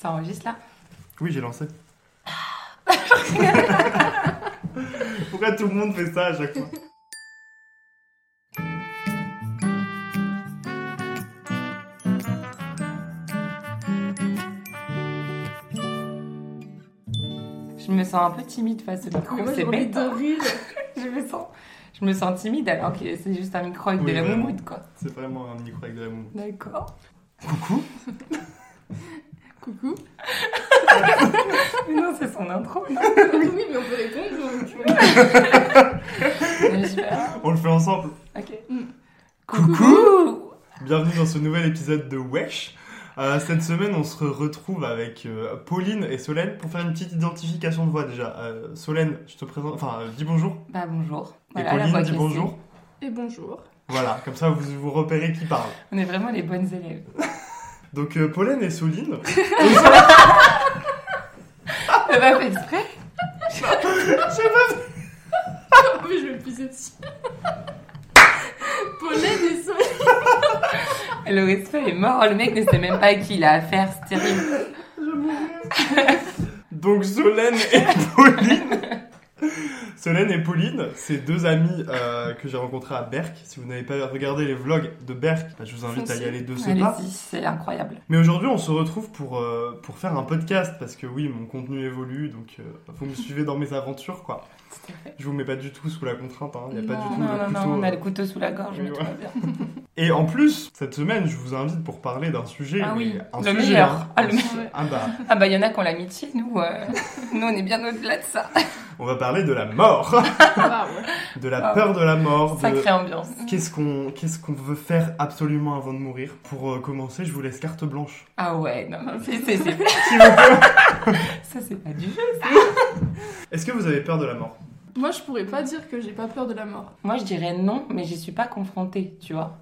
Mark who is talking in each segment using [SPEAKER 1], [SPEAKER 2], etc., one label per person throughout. [SPEAKER 1] Ça enregistre là
[SPEAKER 2] Oui, j'ai lancé. Pourquoi tout le monde fait ça à chaque fois
[SPEAKER 1] Je me sens un peu timide face au micro,
[SPEAKER 3] Moi,
[SPEAKER 1] c'est
[SPEAKER 3] j'ai envie
[SPEAKER 1] bête.
[SPEAKER 3] de
[SPEAKER 1] hein.
[SPEAKER 3] rire.
[SPEAKER 1] Je me sens, je me sens timide alors que c'est juste un micro avec
[SPEAKER 2] Oui,
[SPEAKER 1] de la
[SPEAKER 2] vraiment.
[SPEAKER 1] moumoute quoi.
[SPEAKER 2] C'est vraiment un micro avec de la mou.
[SPEAKER 1] D'accord.
[SPEAKER 2] Coucou
[SPEAKER 3] Coucou.
[SPEAKER 1] Mais non, c'est son intro. non
[SPEAKER 3] oui, mais on peut répondre. donc.
[SPEAKER 1] Mais je fais, ah,
[SPEAKER 2] On le fait ensemble.
[SPEAKER 1] Ok.
[SPEAKER 3] Mm.
[SPEAKER 1] Coucou.
[SPEAKER 2] Bienvenue dans ce nouvel épisode de Wesh. Euh, cette semaine, on se retrouve avec euh, Pauline et Solène pour faire une petite identification de voix déjà. Euh, Solène, je te présente, enfin, euh, dis bonjour.
[SPEAKER 1] Bah bonjour.
[SPEAKER 2] et
[SPEAKER 1] la voix
[SPEAKER 2] Pauline, dis
[SPEAKER 1] cassée.
[SPEAKER 2] bonjour.
[SPEAKER 3] Et bonjour.
[SPEAKER 2] Voilà, comme ça vous vous repérez qui parle.
[SPEAKER 1] On est vraiment les bonnes élèves.
[SPEAKER 2] Donc, euh, Pauline et Soline.
[SPEAKER 1] Elle va pas exprès.
[SPEAKER 3] Oh, mais je vais pisser dessus. Pauline et Sophie.
[SPEAKER 1] Le respect est mort. Le mec ne sait même pas à qui il a affaire. C'est terrible.
[SPEAKER 2] Donc Solène et Pauline. Solène et Pauline, c'est deux amies euh, que j'ai rencontrées à Berck. Si vous n'avez pas regardé les vlogs de Berck, bah, je vous invite à y
[SPEAKER 3] Foncez.
[SPEAKER 2] aller de ce pas.
[SPEAKER 1] Allez-y, c'est incroyable.
[SPEAKER 2] Mais aujourd'hui, on se retrouve pour, euh, pour faire un podcast parce que oui, mon contenu évolue, donc euh, vous me suivez dans mes aventures, quoi.
[SPEAKER 1] Tout à fait.
[SPEAKER 2] Je vous mets pas du tout sous la contrainte, hein. il n'y a pas
[SPEAKER 3] Non,
[SPEAKER 2] du tout
[SPEAKER 1] Non,
[SPEAKER 2] le
[SPEAKER 1] non,
[SPEAKER 2] couteau.
[SPEAKER 1] non, on a
[SPEAKER 2] euh.
[SPEAKER 1] le couteau sous la gorge,
[SPEAKER 2] oui,
[SPEAKER 1] mais tout
[SPEAKER 2] voilà.
[SPEAKER 1] va bien.
[SPEAKER 2] Et en plus, cette semaine, je vous invite pour parler d'un sujet.
[SPEAKER 1] Ah oui,
[SPEAKER 2] mais un
[SPEAKER 1] le
[SPEAKER 2] sujet,
[SPEAKER 1] meilleur.
[SPEAKER 2] hein.
[SPEAKER 1] Ah, le
[SPEAKER 3] meilleur.
[SPEAKER 2] Ah bah,
[SPEAKER 1] Ah bah il y en a qui ont l'amitié, nous. euh, nous on est bien au-delà de ça.
[SPEAKER 2] on va parler de la mort,
[SPEAKER 3] Waouh.
[SPEAKER 2] de la
[SPEAKER 1] Ah.
[SPEAKER 2] peur de la mort, de-
[SPEAKER 1] Sacrée ambiance.
[SPEAKER 2] Qu'est-ce qu'on qu'est-ce qu'on veut faire absolument avant de mourir Pour euh, commencer, je vous laisse carte blanche.
[SPEAKER 1] Ah ouais, non, non, c'est, c'est, c'est-
[SPEAKER 2] S'il vous plaît.
[SPEAKER 1] ça c'est pas du jeu.
[SPEAKER 2] Est-ce que vous avez peur de la mort
[SPEAKER 3] Moi, je pourrais pas dire que j'ai pas peur de la mort.
[SPEAKER 1] Moi je dirais non, mais j'y suis pas confrontée, tu vois.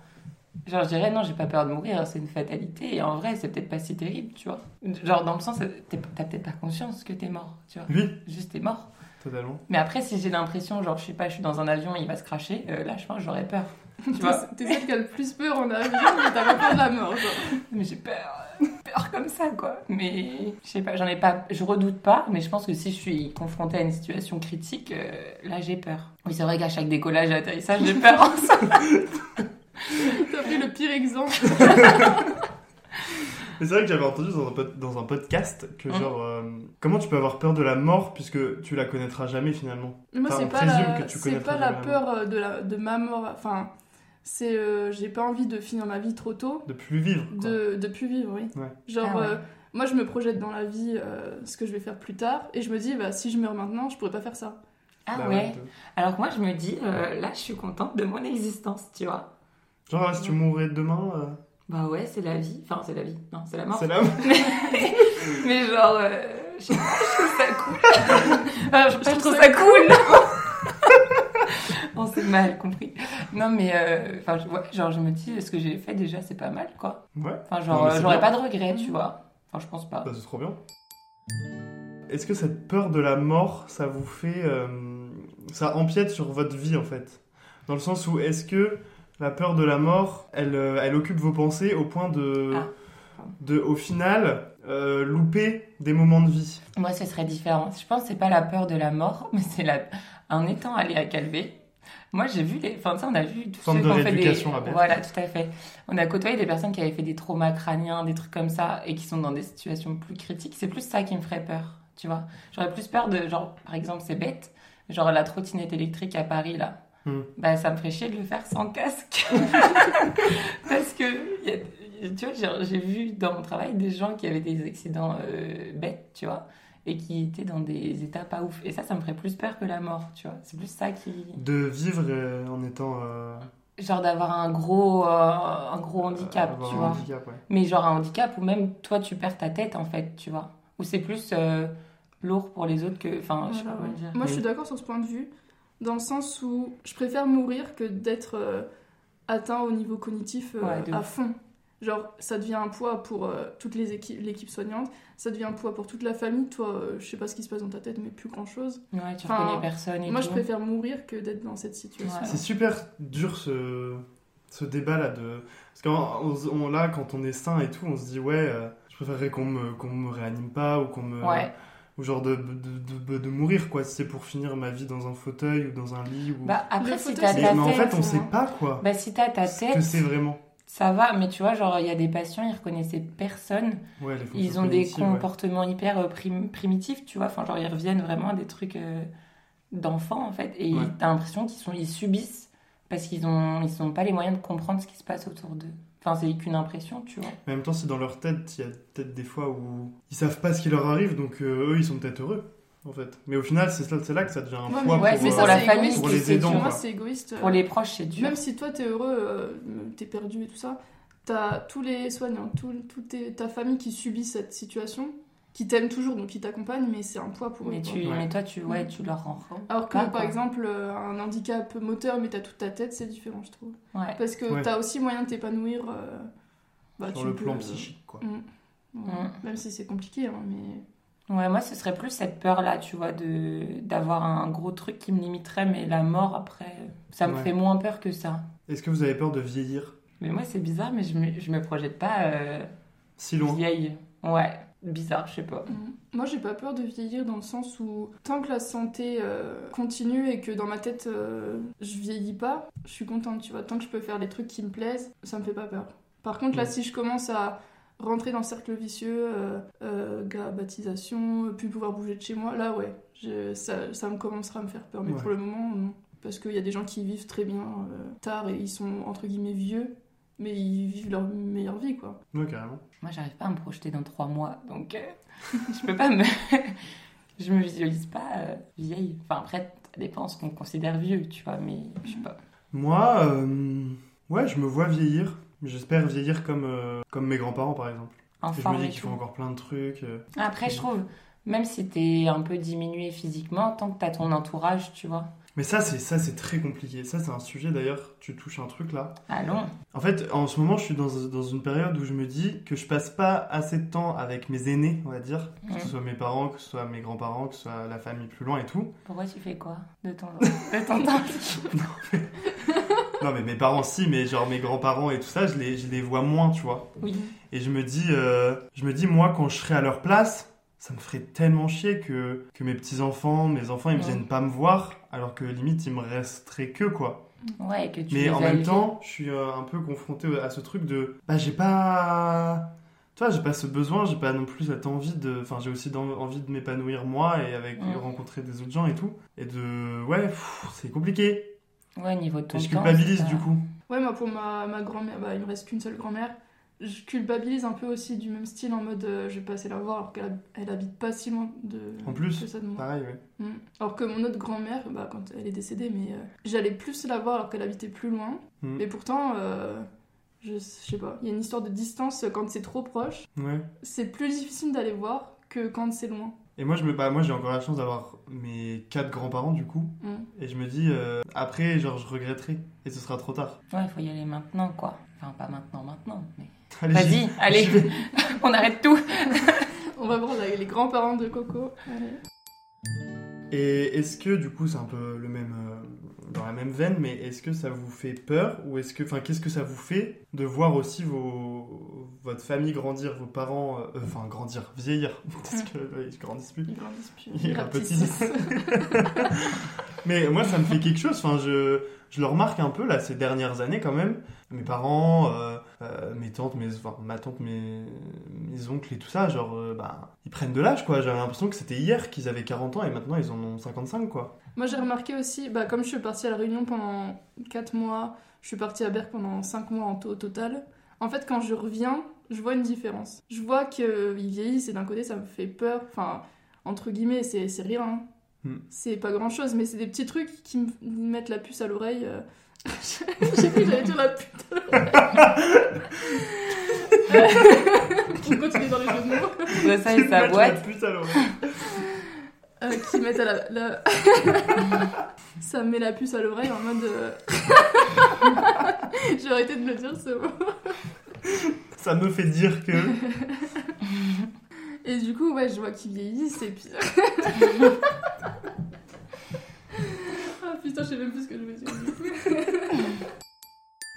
[SPEAKER 1] Genre je dirais non, j'ai pas peur de mourir, c'est une fatalité. Et en vrai, c'est peut-être pas si terrible, tu vois. Genre dans le sens, t'es- t'as peut-être pas conscience que t'es mort, tu vois.
[SPEAKER 2] Oui,
[SPEAKER 1] Juste t'es mort.
[SPEAKER 2] totalement.
[SPEAKER 1] Mais après, si j'ai l'impression, genre je sais pas, je suis dans un avion, il va se cracher, euh, là je pense j'aurais peur. Tu vois
[SPEAKER 3] T'es t'es celle qui a le plus peur en avion, mais t'as pas peur de la mort. genre.
[SPEAKER 1] Mais j'ai peur, euh, peur comme ça quoi. Mais je sais pas, j'en ai pas, je redoute pas, mais je pense que si je suis confrontée à une situation critique, euh, là j'ai peur. Oui, c'est vrai qu'à chaque décollage et atterrissage, j'ai peur. en soi.
[SPEAKER 3] T'as pris le pire exemple.
[SPEAKER 2] Mais c'est vrai que j'avais entendu dans un, pod- dans un podcast que
[SPEAKER 1] Hein
[SPEAKER 2] genre euh, comment tu peux avoir peur de la mort puisque tu la connaîtras jamais finalement.
[SPEAKER 3] Mais Moi,
[SPEAKER 2] Enfin, on
[SPEAKER 3] c'est pas,
[SPEAKER 2] présume
[SPEAKER 3] la,
[SPEAKER 2] que tu
[SPEAKER 3] c'est
[SPEAKER 2] connais
[SPEAKER 3] pas
[SPEAKER 2] pas
[SPEAKER 3] la
[SPEAKER 2] vraiment.
[SPEAKER 3] peur euh, de, la, de ma mort. Enfin, c'est. euh, j'ai pas envie de finir ma vie trop tôt.
[SPEAKER 2] De plus vivre. quoi.
[SPEAKER 3] De, de plus vivre, oui.
[SPEAKER 2] Ouais.
[SPEAKER 3] Genre,
[SPEAKER 1] Ah ouais.
[SPEAKER 3] euh, moi, je me projette dans la vie euh, ce que je vais faire plus tard, et je me dis, bah, si je meurs maintenant, je pourrais pas faire ça.
[SPEAKER 1] Ah
[SPEAKER 2] Bah
[SPEAKER 1] ouais.
[SPEAKER 2] ouais, de-
[SPEAKER 1] Alors que moi je me dis, euh, là je suis contente de mon existence, tu vois.
[SPEAKER 2] Genre là, si tu mourais demain, euh,
[SPEAKER 1] Bah ouais, c'est la vie. Enfin, c'est la vie. Non, c'est la mort.
[SPEAKER 2] c'est là.
[SPEAKER 1] Mais genre, euh, je sais pas, je trouve ça cool. Ah, je, je
[SPEAKER 3] trouve
[SPEAKER 1] trouve
[SPEAKER 3] ça
[SPEAKER 1] ça cool. On s'est mal compris. Non mais, euh, enfin, je- ouais, genre je me dis, ce que j'ai fait déjà, c'est pas mal quoi.
[SPEAKER 2] Ouais.
[SPEAKER 1] Enfin,
[SPEAKER 2] Non,
[SPEAKER 1] genre,
[SPEAKER 2] mais
[SPEAKER 1] euh,
[SPEAKER 2] c'est
[SPEAKER 1] j'aurais
[SPEAKER 2] bien.
[SPEAKER 1] pas de regrets, tu vois. Enfin, je pense pas.
[SPEAKER 2] Bah c'est trop bien. Est-ce que cette peur de la mort, ça vous fait, euh, ça empiète sur votre vie en fait, dans le sens où est-ce que la peur de la mort, elle, euh, elle occupe vos pensées au point de,
[SPEAKER 1] Ah.
[SPEAKER 2] de au final, euh, louper des moments de vie.
[SPEAKER 1] Moi, ce serait différent. Je pense que c'est pas la peur de la mort, mais c'est la... un étang allé à Calvé. Moi, j'ai vu les. Enfin, tu sais, on a vu tout
[SPEAKER 2] Centre de rééducation à Berck.
[SPEAKER 1] Voilà, tout à fait. On a côtoyé des personnes qui avaient fait des traumas crâniens, des trucs comme ça, et qui sont dans des situations plus critiques. C'est plus ça qui me ferait peur, tu vois. J'aurais plus peur de. Genre, par exemple, c'est bête. Genre, la trottinette électrique à Paris, là.
[SPEAKER 2] Hmm.
[SPEAKER 1] Bah, ça me ferait chier de le faire sans casque. Parce que, y a- tu vois, j'ai- j'ai vu dans mon travail des gens qui avaient des accidents euh, bêtes, tu vois, et qui étaient dans des états pas ouf. Et ça, ça me ferait plus peur que la mort, tu vois. C'est plus ça qui.
[SPEAKER 2] De vivre euh, en étant euh,
[SPEAKER 1] Genre d'avoir un gros, euh, un gros handicap,
[SPEAKER 2] avoir
[SPEAKER 1] tu
[SPEAKER 2] un
[SPEAKER 1] vois.
[SPEAKER 2] handicap, ouais.
[SPEAKER 1] Mais genre un handicap où même toi, tu perds ta tête, en fait, tu vois. Ou c'est plus euh, lourd pour les autres que. Enfin, Ah, je sais pas
[SPEAKER 3] Voilà,
[SPEAKER 1] comment
[SPEAKER 3] ouais.
[SPEAKER 1] dire.
[SPEAKER 3] Moi, je suis d'accord sur ce point de vue, dans le sens où je préfère mourir que d'être euh, atteint au niveau cognitif euh,
[SPEAKER 1] Ouais, de
[SPEAKER 3] à
[SPEAKER 1] ouf.
[SPEAKER 3] fond. Genre, ça devient un poids pour euh, toutes les équipes, l'équipe soignante, ça devient un poids pour toute la famille. Toi, euh, je sais pas ce qui se passe dans ta tête, mais plus grand chose.
[SPEAKER 1] Ouais, tu
[SPEAKER 3] Enfin,
[SPEAKER 1] reconnais personne et
[SPEAKER 3] Moi,
[SPEAKER 1] tout.
[SPEAKER 3] je préfère mourir que d'être dans cette situation.
[SPEAKER 1] Ouais.
[SPEAKER 2] C'est super dur ce, ce débat là de parce qu'en on- on- là quand on est sain et tout on se dit ouais euh, je Je préférerais qu'on me, qu'on me réanime pas ou qu'on me.
[SPEAKER 1] Ouais.
[SPEAKER 2] Ou genre de, de, bah, de, de mourir, quoi. Si c'est pour finir ma vie dans un fauteuil ou dans un lit. Ou...
[SPEAKER 1] Bah, après,
[SPEAKER 3] Le
[SPEAKER 1] si
[SPEAKER 3] fauteuil,
[SPEAKER 1] t'as
[SPEAKER 2] mais,
[SPEAKER 1] ta
[SPEAKER 2] mais en fait,
[SPEAKER 1] tête,
[SPEAKER 2] on sait
[SPEAKER 3] hein.
[SPEAKER 2] pas, quoi.
[SPEAKER 1] bah, si t'as ta
[SPEAKER 2] Ce que c'est
[SPEAKER 1] tête,
[SPEAKER 2] vraiment.
[SPEAKER 1] ça va. Mais tu vois, genre, il y a des patients, ils reconnaissaient personne.
[SPEAKER 2] Ouais, les
[SPEAKER 1] Ils
[SPEAKER 2] fonctions
[SPEAKER 1] ont des
[SPEAKER 2] cognitives, ouais.
[SPEAKER 1] comportements hyper euh, prim- primitifs, tu vois. Enfin, genre, ils reviennent vraiment à des trucs euh, d'enfants, en fait. Et
[SPEAKER 2] Ouais.
[SPEAKER 1] t'as l'impression qu'ils sont, ils subissent parce qu'ils ont, ils ont pas les moyens de comprendre ce qui se passe autour d'eux. Enfin, c'est qu'une impression, tu vois.
[SPEAKER 2] Mais en même temps, c'est dans leur tête, il y a peut-être des fois où ils savent pas ce qui leur arrive, donc euh, eux, ils sont peut-être heureux, en fait. Mais au final, c'est là, c'est là que ça devient un
[SPEAKER 3] Ouais,
[SPEAKER 2] poids
[SPEAKER 3] mais-
[SPEAKER 1] ouais,
[SPEAKER 2] pour,
[SPEAKER 1] c'est
[SPEAKER 2] euh,
[SPEAKER 1] pour la famille,
[SPEAKER 3] égoïste,
[SPEAKER 2] pour les
[SPEAKER 3] c'est-
[SPEAKER 2] aidants,
[SPEAKER 3] Pour moi,
[SPEAKER 2] quoi.
[SPEAKER 3] c'est égoïste.
[SPEAKER 1] Pour les proches, c'est dur.
[SPEAKER 3] Même si toi, t'es heureux, euh, t'es perdu et tout ça, t'as tous les soignants, tout, toute tes- ta famille qui subit cette situation, qui t'aime toujours, donc qui t'accompagne, mais c'est un poids pour eux.
[SPEAKER 1] Mais,
[SPEAKER 3] quoi.
[SPEAKER 1] tu,
[SPEAKER 2] Ouais.
[SPEAKER 1] mais toi, tu, ouais, tu leur rends.
[SPEAKER 3] Alors que,
[SPEAKER 1] pas,
[SPEAKER 3] par
[SPEAKER 1] quoi.
[SPEAKER 3] exemple, euh, un handicap moteur, mais t'as toute ta tête, c'est différent, je trouve.
[SPEAKER 1] Ouais.
[SPEAKER 3] Parce que
[SPEAKER 2] Ouais.
[SPEAKER 3] t'as aussi moyen de t'épanouir. euh, bah,
[SPEAKER 2] sur
[SPEAKER 3] tu
[SPEAKER 2] le
[SPEAKER 3] peux-
[SPEAKER 2] plan psychique, quoi.
[SPEAKER 3] Mm. Ouais.
[SPEAKER 1] Mm.
[SPEAKER 3] Même si c'est compliqué, hein, mais.
[SPEAKER 1] Ouais, moi, ce serait plus cette peur-là, tu vois, de d'avoir un gros truc qui me limiterait, mais la mort, après, ça me
[SPEAKER 2] Ouais.
[SPEAKER 1] fait moins peur que ça.
[SPEAKER 2] Est-ce que vous avez peur de vieillir
[SPEAKER 1] Mais moi, c'est bizarre, mais je me, je me projette pas euh,
[SPEAKER 2] si loin
[SPEAKER 1] vieille. Ouais, bizarre, je sais pas.
[SPEAKER 3] Mm. Moi, j'ai pas peur de vieillir dans le sens où tant que la santé euh, continue et que dans ma tête euh, je vieillis pas, je suis contente, tu vois. Tant que je peux faire les trucs qui me plaisent, ça me fait pas peur. Par contre, là,
[SPEAKER 2] Mm.
[SPEAKER 3] si je commence à rentrer dans le cercle vicieux, euh, euh, gars, baptisation, euh, plus pouvoir bouger de chez moi, là, ouais, je- ça, ça me commencera à me faire peur. Mais
[SPEAKER 2] Ouais.
[SPEAKER 3] pour le moment, non. Parce qu'il y a des gens qui vivent très bien euh, tard et ils sont entre guillemets vieux, mais ils vivent leur meilleure vie, quoi.
[SPEAKER 2] Ouais, carrément.
[SPEAKER 1] Moi, j'arrive pas à me projeter dans trois mois, donc euh, je peux pas me. je me visualise pas euh, vieille. Enfin, après, ça dépend ce qu'on considère vieux, tu vois, mais je sais pas.
[SPEAKER 2] Moi, euh, ouais, je me vois vieillir. J'espère vieillir comme, euh, comme mes grands-parents, par exemple.
[SPEAKER 1] En
[SPEAKER 2] je me
[SPEAKER 1] forme
[SPEAKER 2] dis
[SPEAKER 1] et
[SPEAKER 2] qu'ils font
[SPEAKER 1] tout.
[SPEAKER 2] encore plein de trucs. euh.
[SPEAKER 1] Après, je trouve, même si t'es un peu diminué physiquement, tant que t'as ton entourage, tu vois.
[SPEAKER 2] Mais ça, c'est ça, c'est très compliqué. Ça, c'est un sujet d'ailleurs. Tu touches un truc là.
[SPEAKER 1] Allons.
[SPEAKER 2] En fait, en ce moment, je suis dans, dans une période où je me dis que je passe pas assez de temps avec mes aînés, on va dire, que ce
[SPEAKER 1] Mm.
[SPEAKER 2] soit mes parents, que ce soit mes grands-parents, que ce soit la famille plus loin et tout.
[SPEAKER 1] Pourquoi tu fais quoi de ton, de ton temps
[SPEAKER 2] Non, mais mes parents, si, mais genre mes grands-parents et tout ça, je les, je les vois moins, tu vois.
[SPEAKER 1] Oui.
[SPEAKER 2] Et je me dis, euh, je me dis, moi, quand je serai à leur place, ça me ferait tellement chier que, que mes petits-enfants, mes enfants, ils
[SPEAKER 1] Mm.
[SPEAKER 2] viennent pas me voir, alors que limite, ils me resteraient que, quoi.
[SPEAKER 1] Ouais, et que tu les
[SPEAKER 2] Mais en
[SPEAKER 1] as
[SPEAKER 2] même
[SPEAKER 1] élevés.
[SPEAKER 2] temps, je suis euh, un peu confronté à ce truc de bah j'ai pas tu vois, j'ai pas ce besoin, j'ai pas non plus cette envie de enfin j'ai aussi d'en- envie de m'épanouir moi et avec
[SPEAKER 1] Mm.
[SPEAKER 2] rencontrer des autres gens et tout et de ouais, pff, c'est compliqué.
[SPEAKER 1] Ouais, au niveau de ton
[SPEAKER 2] Et je
[SPEAKER 1] temps,
[SPEAKER 2] culpabilise
[SPEAKER 1] c'est pas-
[SPEAKER 2] du coup.
[SPEAKER 3] Ouais, moi pour ma, ma grand-mère, bah, il me reste qu'une seule grand-mère. Je culpabilise un peu aussi du même style en mode euh, je vais passer la voir alors qu'elle hab- elle habite pas si loin de
[SPEAKER 2] En plus, Ah.
[SPEAKER 3] que ça de moi.
[SPEAKER 2] Pareil, ouais.
[SPEAKER 3] Mm. Alors que mon autre grand-mère, bah, quand elle est décédée, mais euh, j'allais plus la voir alors qu'elle habitait plus loin.
[SPEAKER 2] Mm.
[SPEAKER 3] Mais pourtant, euh, je, je sais pas, il y a une histoire de distance euh, quand c'est trop proche,
[SPEAKER 2] Ouais.
[SPEAKER 3] c'est plus difficile d'aller voir que quand c'est loin.
[SPEAKER 2] Et moi je me bah moi j'ai encore la chance d'avoir mes quatre grands-parents du coup
[SPEAKER 3] Mm.
[SPEAKER 2] et je me dis euh, après genre je regretterai et ce sera trop tard.
[SPEAKER 1] Ouais, il faut y aller maintenant, quoi. Enfin, pas maintenant, maintenant, mais...
[SPEAKER 2] Allez, j'y-
[SPEAKER 1] Vas-y, allez,
[SPEAKER 2] j'y vais.
[SPEAKER 1] on arrête tout
[SPEAKER 3] On va voir la- les grands-parents de Coco. Allez.
[SPEAKER 2] Et est-ce que du coup c'est un peu le même euh, dans la même veine, mais est-ce que ça vous fait peur ou est-ce que enfin qu'est-ce que ça vous fait de voir aussi vos votre famille grandir, vos parents euh, euh, enfin grandir, vieillir parce que euh, ils grandissent plus.
[SPEAKER 3] Ils grandissent plus.
[SPEAKER 2] Il
[SPEAKER 3] La
[SPEAKER 2] rapetisse.
[SPEAKER 3] petitesse.
[SPEAKER 2] Mais moi ça me fait quelque chose. Enfin je je le remarque un peu là ces dernières années quand même. Mes parents, euh, euh, mes tantes, mes enfin, ma tante, mes mes oncles et tout ça, genre euh, bah ils prennent de l'âge quoi. J'avais l'impression que c'était hier qu'ils avaient 40 ans et maintenant ils en ont 55 quoi.
[SPEAKER 3] Moi j'ai remarqué aussi, bah, comme je suis partie à La Réunion pendant 4 mois, je suis partie à Berck pendant 5 mois en taux au total, en fait quand je reviens, je vois une différence. Je vois qu'ils vieillissent et d'un côté ça me fait peur, enfin entre guillemets c'est c'est rien, hein.
[SPEAKER 2] Hmm.
[SPEAKER 3] c'est pas grand chose, mais c'est des petits trucs qui me mettent la puce à l'oreille. euh. j'ai cru que j'allais dire la pute. On continue dans les jeux de mots.
[SPEAKER 1] De ça
[SPEAKER 2] Ils
[SPEAKER 1] et
[SPEAKER 2] me
[SPEAKER 1] sa
[SPEAKER 2] mettent
[SPEAKER 1] boîte.
[SPEAKER 2] la puce à l'oreille.
[SPEAKER 3] Euh, qui mettent à la, la- ça me met la puce à l'oreille en mode euh, j'ai arrêté de le dire ce mot
[SPEAKER 2] Ça me fait dire que.
[SPEAKER 3] et du coup ouais je vois qu'ils vieillissent et puis ah putain je sais même plus ce que je veux dire du coup.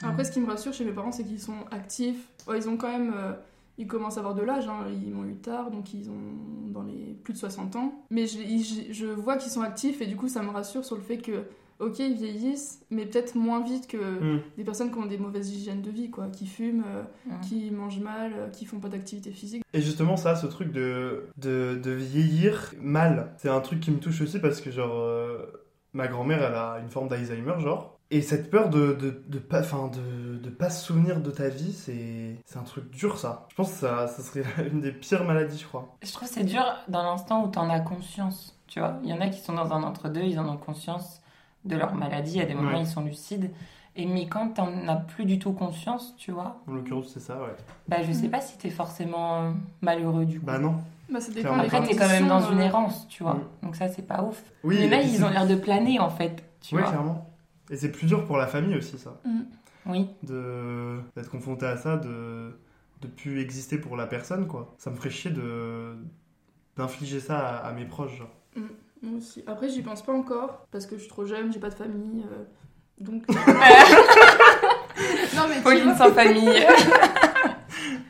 [SPEAKER 3] après ce qui me rassure chez mes parents c'est qu'ils sont actifs Ouais, ils ont quand même euh, Ils commencent à avoir de l'âge, hein, ils l'ont eu tard, donc ils ont dans les plus de 60 ans. Mais je, je- je vois qu'ils sont actifs et du coup ça me rassure sur le fait que, ok, ils vieillissent, mais peut-être moins vite que
[SPEAKER 2] Hmm.
[SPEAKER 3] des personnes qui ont des mauvaises hygiènes de vie, quoi, qui fument, euh,
[SPEAKER 1] Mm.
[SPEAKER 3] qui mangent mal, euh, qui font pas d'activité physique.
[SPEAKER 2] Et justement, ça, ce truc de, de, de vieillir mal, c'est un truc qui me touche aussi parce que, genre, euh, ma grand-mère, elle a une forme d'Alzheimer, genre. Et cette peur de, de, de, pas, enfin, de, de pas se souvenir de ta vie, c'est, c'est un truc dur, ça. Je pense que ça, ça serait une des pires maladies, je crois.
[SPEAKER 1] Je trouve que c'est dur dans l'instant où t'en as conscience, tu vois. Il y en a qui sont dans un entre-deux, ils en ont conscience de leur maladie, à des moments
[SPEAKER 2] Ouais.
[SPEAKER 1] ils sont lucides. Et mais quand t'en as plus du tout conscience, tu vois,
[SPEAKER 2] En l'occurrence, c'est ça, ouais.
[SPEAKER 1] bah je sais
[SPEAKER 3] Mm.
[SPEAKER 1] pas si t'es forcément euh, malheureux du coup.
[SPEAKER 2] Bah non.
[SPEAKER 3] Bah, ça dépend
[SPEAKER 2] Clairement.
[SPEAKER 3] des
[SPEAKER 1] Après t'es quand même
[SPEAKER 3] conditions,
[SPEAKER 1] dans une
[SPEAKER 3] euh,
[SPEAKER 1] errance, tu vois.
[SPEAKER 2] Mm.
[SPEAKER 1] Donc ça c'est pas ouf.
[SPEAKER 2] Oui,
[SPEAKER 1] mais là
[SPEAKER 2] et puis
[SPEAKER 1] ils
[SPEAKER 2] c'est-
[SPEAKER 1] ont l'air de planer en fait, tu
[SPEAKER 2] Ouais,
[SPEAKER 1] vois.
[SPEAKER 2] clairement. Et c'est plus dur pour la famille aussi, ça.
[SPEAKER 1] Oui.
[SPEAKER 2] De, d'être confronté à ça, de, de plus exister pour la personne, quoi. Ça me ferait chier de, d'infliger ça à, à mes proches, genre.
[SPEAKER 3] Moi aussi. Après, j'y pense pas encore parce que je suis trop jeune, j'ai pas de famille. euh, donc. non, mais tu vois-
[SPEAKER 1] Pauline sans famille.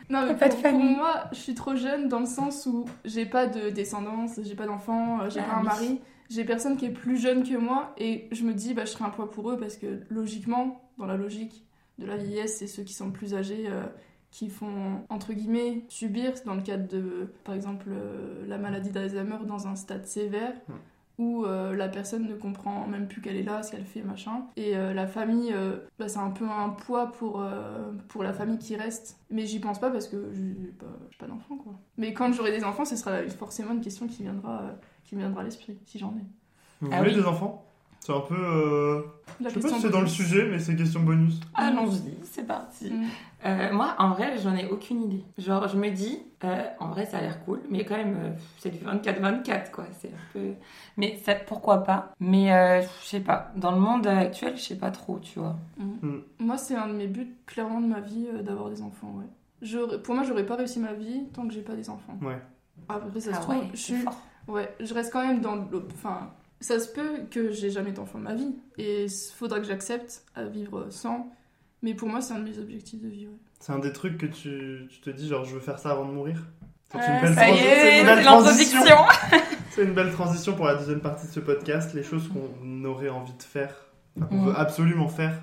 [SPEAKER 3] non, mais
[SPEAKER 1] Pas de
[SPEAKER 3] pour, pour
[SPEAKER 1] famille.
[SPEAKER 3] moi, je suis trop jeune dans le sens où j'ai pas de descendance, j'ai pas d'enfants, euh, j'ai
[SPEAKER 1] Ah
[SPEAKER 3] pas un
[SPEAKER 1] oui.
[SPEAKER 3] mari, j'ai personne qui est plus jeune que moi et je me dis, bah, je serai un poids pour eux parce que logiquement, dans la logique de la vieillesse, c'est ceux qui sont plus âgés. euh, qui font entre guillemets subir dans le cadre de par exemple euh, la maladie d'Alzheimer dans un stade sévère
[SPEAKER 2] Mm.
[SPEAKER 3] où euh, la personne ne comprend même plus qu'elle est là, ce qu'elle fait, machin. Et euh, la famille, euh, bah, c'est un peu un poids pour, euh, pour la famille qui reste. Mais j'y pense pas parce que j'ai pas, j'ai pas d'enfant, quoi. Mais quand j'aurai des enfants, ce sera forcément une question qui viendra, euh, qui me viendra à l'esprit, si j'en ai.
[SPEAKER 2] Vous
[SPEAKER 1] Ah
[SPEAKER 2] voulez
[SPEAKER 1] oui.
[SPEAKER 2] des enfants C'est un peu. euh,
[SPEAKER 3] La
[SPEAKER 2] Je sais pas
[SPEAKER 3] question
[SPEAKER 2] si c'est dans le
[SPEAKER 3] bonus.
[SPEAKER 2] sujet, mais c'est question bonus.
[SPEAKER 1] Allons-y, c'est parti.
[SPEAKER 3] Mm.
[SPEAKER 1] Euh, moi, en vrai, j'en ai aucune idée. Genre, je me dis, euh, en vrai, ça a l'air cool, mais quand même, euh, c'est du 24-24, quoi. C'est un peu. Mais ça, pourquoi pas Mais euh, je sais pas. Dans le monde actuel, je sais pas trop, tu vois.
[SPEAKER 2] Mm.
[SPEAKER 3] Moi, c'est un de mes buts clairement de ma vie euh, d'avoir des enfants, ouais. J'aurais- pour moi, j'aurais pas réussi ma vie tant que j'ai pas des enfants.
[SPEAKER 2] Ouais.
[SPEAKER 3] Après, ça se
[SPEAKER 1] Ah
[SPEAKER 3] trouve,
[SPEAKER 1] ouais,
[SPEAKER 3] je
[SPEAKER 1] c'est
[SPEAKER 3] suis-
[SPEAKER 1] fort.
[SPEAKER 3] Ouais, je reste quand même dans le. Enfin, ça se peut que j'ai jamais d'enfant de ma vie. Et s- faudra que j'accepte à vivre sans. Mais pour moi, c'est un de mes objectifs de vie. ouais.
[SPEAKER 2] C'est un des trucs que tu, tu te dis, genre, je veux faire ça avant de mourir. C'est
[SPEAKER 3] Ouais,
[SPEAKER 2] une belle,
[SPEAKER 1] Ah, Ça y
[SPEAKER 2] transi- c'est
[SPEAKER 1] est,
[SPEAKER 2] une belle
[SPEAKER 1] c'est
[SPEAKER 2] transition.
[SPEAKER 1] l'introduction.
[SPEAKER 2] C'est une belle transition pour la deuxième partie de ce podcast, les choses qu'on aurait envie de faire, enfin, qu'on
[SPEAKER 1] Mm.
[SPEAKER 2] veut absolument faire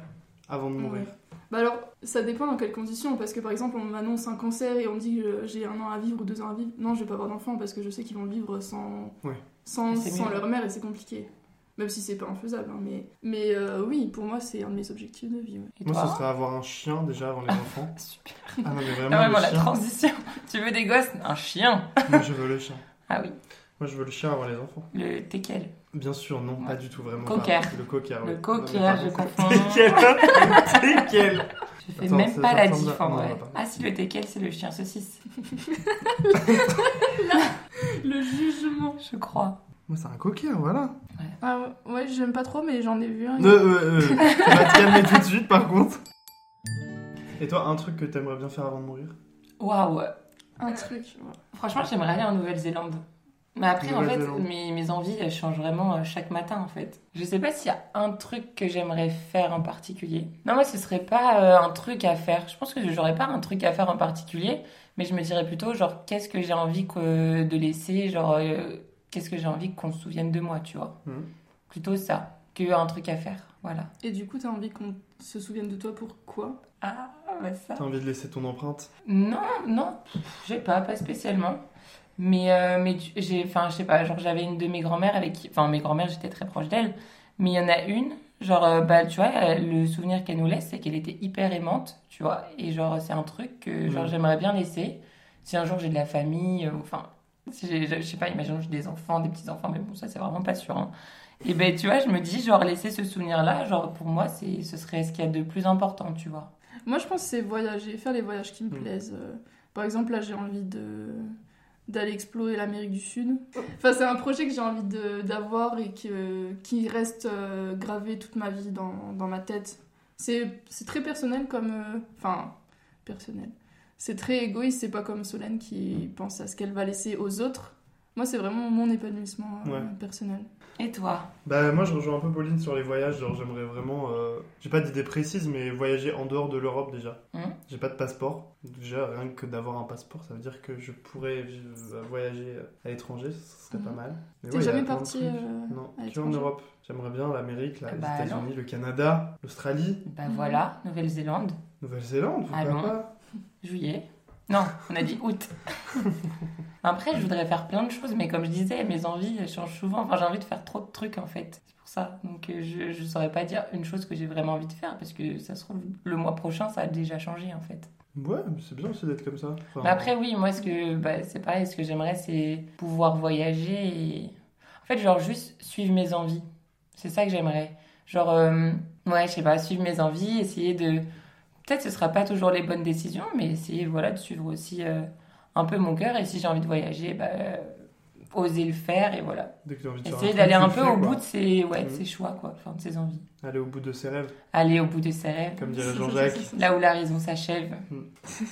[SPEAKER 2] avant de mourir.
[SPEAKER 3] Ouais. Bah alors, ça dépend dans quelles conditions. Parce que par exemple, on m'annonce un cancer et on me dit que j'ai un an à vivre ou deux ans à vivre. Non, je vais pas avoir d'enfant parce que je sais qu'ils vont le vivre sans,
[SPEAKER 2] Ouais.
[SPEAKER 3] sans,
[SPEAKER 1] C'est
[SPEAKER 3] sans
[SPEAKER 1] mieux.
[SPEAKER 3] leur mère et c'est compliqué. Même si c'est pas infaisable. hein, mais mais euh, oui, pour moi, c'est un de mes objectifs de vie. ouais.
[SPEAKER 1] Et
[SPEAKER 2] Moi,
[SPEAKER 1] toi
[SPEAKER 2] ce serait avoir un chien déjà avant les enfants.
[SPEAKER 1] Super.
[SPEAKER 2] Ah non, mais
[SPEAKER 1] Ah,
[SPEAKER 2] vraiment,
[SPEAKER 1] vraiment,
[SPEAKER 2] le
[SPEAKER 1] la
[SPEAKER 2] chien.
[SPEAKER 1] transition. Tu veux des gosses Un chien.
[SPEAKER 2] Moi, je veux le chien.
[SPEAKER 1] Ah oui,
[SPEAKER 2] Moi, je veux le chien avant les enfants.
[SPEAKER 1] le teckel.
[SPEAKER 2] Bien sûr, non, pas du tout, vraiment.
[SPEAKER 1] Cocker.
[SPEAKER 2] pas. Le cocker.
[SPEAKER 1] Le
[SPEAKER 2] oui.
[SPEAKER 1] cocker,
[SPEAKER 2] Non, mais hein.
[SPEAKER 1] je
[SPEAKER 2] pas-
[SPEAKER 1] confonds.
[SPEAKER 2] Teckel. Teckel.
[SPEAKER 1] Je fais
[SPEAKER 2] Attends,
[SPEAKER 1] même
[SPEAKER 2] ça-
[SPEAKER 1] pas
[SPEAKER 2] ça
[SPEAKER 1] la
[SPEAKER 2] ressemble à-
[SPEAKER 1] diff en
[SPEAKER 2] non, on
[SPEAKER 1] vrai.
[SPEAKER 2] va pas.
[SPEAKER 1] Ah si, le teckel, c'est le chien saucisse,
[SPEAKER 3] Le jugement.
[SPEAKER 1] je crois.
[SPEAKER 2] Moi, c'est un cocker, voilà.
[SPEAKER 3] Ah ouais, j'aime pas trop, mais j'en ai vu un.
[SPEAKER 2] Ne, euh, euh, on va te calmer tout de suite par contre. Et toi, un truc que t'aimerais bien faire avant de mourir
[SPEAKER 1] Waouh.
[SPEAKER 3] Un truc. ouais.
[SPEAKER 1] Franchement, j'aimerais aller en Nouvelle-Zélande. Mais après, en fait,
[SPEAKER 2] Nouvelle-Zélande.
[SPEAKER 1] mes, mes envies, elles changent vraiment euh, chaque matin, en fait. Je sais pas s'il y a un truc que j'aimerais faire en particulier. Non, moi, ce serait pas euh, un truc à faire. Je pense que j'aurais pas un truc à faire en particulier, mais je me dirais plutôt, genre, qu'est-ce que j'ai envie que- de laisser, genre, euh, qu'est-ce que j'ai envie qu'on se souvienne de moi, tu vois.
[SPEAKER 2] Mhm.
[SPEAKER 1] Plutôt ça, qu'un truc à faire, voilà.
[SPEAKER 3] Et du coup, t'as envie qu'on se souvienne de toi pour quoi
[SPEAKER 1] Ah, bah ça...
[SPEAKER 2] T'as envie de laisser ton empreinte
[SPEAKER 1] Non, non, je sais pas, pas spécialement. Mais, euh, mais tu- j'ai, enfin, je sais pas, genre j'avais une de mes grand-mères avec qui, enfin mes grand-mères, j'étais très proche d'elle, mais il y en a une, genre, euh, bah tu vois, euh, le souvenir qu'elle nous laisse, c'est qu'elle était hyper aimante, tu vois, et genre c'est un truc que genre
[SPEAKER 2] Mhm.
[SPEAKER 1] j'aimerais bien laisser. Si un jour j'ai de la famille, euh, enfin, si j'ai, je sais pas, imaginons que j'ai des enfants, des petits-enfants, mais bon, ça c'est vraiment pas sûr, hein. Et ben tu vois, je me dis, genre laisser ce souvenir-là, genre pour moi, c'est, ce serait ce qu'il y a de plus important, tu vois.
[SPEAKER 3] Moi, je pense que c'est voyager, faire les voyages qui me
[SPEAKER 2] Mm.
[SPEAKER 3] plaisent. Euh, Par exemple, là, j'ai envie de d'aller explorer l'Amérique du Sud. Enfin, c'est un projet que j'ai envie de- d'avoir et que, qui reste euh, gravé toute ma vie dans, dans ma tête. C'est c'est très personnel comme... euh, Enfin,
[SPEAKER 2] Mm.
[SPEAKER 3] personnel. C'est très égoïste, c'est pas comme Solène qui pense à ce qu'elle va laisser aux autres. Moi, c'est vraiment mon épanouissement euh,
[SPEAKER 2] Ouais.
[SPEAKER 3] personnel.
[SPEAKER 1] Et toi
[SPEAKER 2] Bah moi je rejoins un peu Pauline sur les voyages, genre j'aimerais vraiment, euh, j'ai pas d'idée précise mais voyager en dehors de l'Europe déjà.
[SPEAKER 1] Mhm.
[SPEAKER 2] J'ai pas de passeport, déjà rien que d'avoir un passeport ça veut dire que je pourrais vivre- voyager euh, à l'étranger, ce serait pas
[SPEAKER 1] Mmh.
[SPEAKER 3] Mhm.
[SPEAKER 2] mal. Mais
[SPEAKER 3] T'es
[SPEAKER 2] ouais, il y a
[SPEAKER 3] jamais
[SPEAKER 2] plein de
[SPEAKER 3] parti
[SPEAKER 2] trucs.
[SPEAKER 3] euh,
[SPEAKER 2] Non,
[SPEAKER 3] à
[SPEAKER 2] que en
[SPEAKER 3] l'étranger
[SPEAKER 2] Europe. J'aimerais bien l'Amérique, la- les
[SPEAKER 1] Bah, non.
[SPEAKER 2] États-Unis, le Canada, l'Australie,
[SPEAKER 1] Ben
[SPEAKER 3] Mhm.
[SPEAKER 1] voilà, Nouvelle-Zélande,
[SPEAKER 2] Nouvelle-Zélande, pourquoi
[SPEAKER 1] Allons.
[SPEAKER 2] pas
[SPEAKER 1] juillet. Non, on a dit août. Après, je voudrais faire plein de choses, mais comme je disais, mes envies elles changent souvent. Enfin, j'ai envie de faire trop de trucs en fait. C'est pour ça. Donc, euh, je ne saurais pas dire une chose que j'ai vraiment envie de faire parce que ça se trouve, le mois prochain, ça a déjà changé en fait.
[SPEAKER 2] Ouais, mais c'est bien aussi d'être comme ça. Enfin,
[SPEAKER 1] Mais Bah après, oui, moi, ce que, bah, c'est pareil, ce que j'aimerais, c'est pouvoir voyager et. En fait, genre, juste suivre mes envies. C'est ça que j'aimerais. Genre, euh, ouais, je sais pas, suivre mes envies, essayer de. Peut-être ce sera pas toujours les bonnes décisions, mais essayer, voilà, de suivre aussi euh, un peu mon cœur. Et si j'ai envie de voyager, bah, euh, oser le faire et voilà.
[SPEAKER 2] dès que t'as envie de faire un
[SPEAKER 1] Essayer
[SPEAKER 2] truc,
[SPEAKER 1] d'aller
[SPEAKER 2] tu
[SPEAKER 1] un
[SPEAKER 2] le
[SPEAKER 1] peu
[SPEAKER 2] fais,
[SPEAKER 1] au
[SPEAKER 2] quoi.
[SPEAKER 1] bout de ses, ouais, de
[SPEAKER 2] Mhm.
[SPEAKER 1] ses choix, quoi, enfin, de ses envies.
[SPEAKER 2] Aller au bout de ses rêves,
[SPEAKER 1] Aller au bout de ses rêves,
[SPEAKER 2] comme dirait Jean-Jacques.
[SPEAKER 1] là où la raison s'achève.
[SPEAKER 2] Mhm.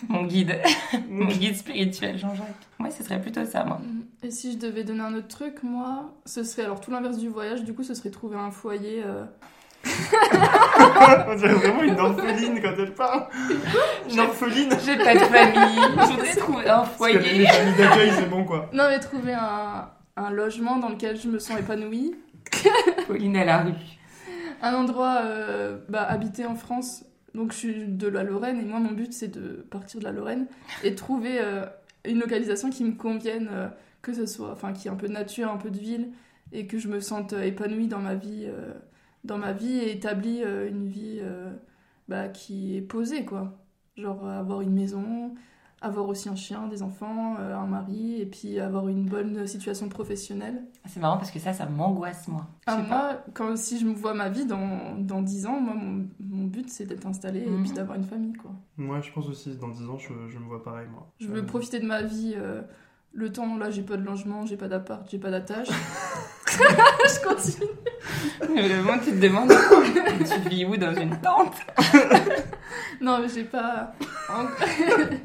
[SPEAKER 1] Mon guide. Mon guide spirituel, Jean-Jacques. Moi, ce serait plutôt ça, moi.
[SPEAKER 3] Mhm. Et si je devais donner un autre truc, moi, ce serait alors tout l'inverse du voyage, du coup, ce serait trouver un foyer. euh,
[SPEAKER 2] On dirait vraiment une orpheline quand elle parle. Une
[SPEAKER 1] J'ai-
[SPEAKER 2] orpheline.
[SPEAKER 1] J'ai pas de famille, je voudrais trouver un
[SPEAKER 2] Parce que les
[SPEAKER 1] foyer.
[SPEAKER 2] amis d'accueil, c'est bon quoi.
[SPEAKER 3] Non, mais trouver un, un logement dans lequel je me sens épanouie.
[SPEAKER 1] Pauline à la rue.
[SPEAKER 3] Un endroit euh, bah, habité en France. Donc, je suis de la Lorraine et moi, mon but, c'est de partir de la Lorraine et trouver euh, une localisation qui me convienne, euh, que ce soit, enfin, qui est un peu de nature, un peu de ville et que je me sente euh, épanouie dans ma vie, euh, dans ma vie et établie euh, une vie euh, bah, qui est posée, quoi. Genre euh, avoir une maison, avoir aussi un chien, des enfants, euh, un mari et puis avoir une bonne situation professionnelle.
[SPEAKER 1] Ah, C'est marrant parce que ça, ça m'angoisse, moi. Je
[SPEAKER 3] Ah,
[SPEAKER 1] sais pas.
[SPEAKER 3] moi, quand, si je me vois ma vie dans, dans 10 ans, moi, mon, mon but, c'est d'être installée et
[SPEAKER 1] Mhm.
[SPEAKER 3] puis d'avoir une famille, quoi.
[SPEAKER 2] Moi, je pense aussi, dans 10 ans, je, je me vois pareil, moi.
[SPEAKER 3] Je veux
[SPEAKER 2] Euh,
[SPEAKER 3] profiter de ma vie. euh, le temps, là, j'ai pas de logement, j'ai pas d'appart, j'ai pas d'attache. je continue.
[SPEAKER 1] Vraiment, tu te demandes, tu vis où dans une tente
[SPEAKER 3] Non, mais j'ai pas... en-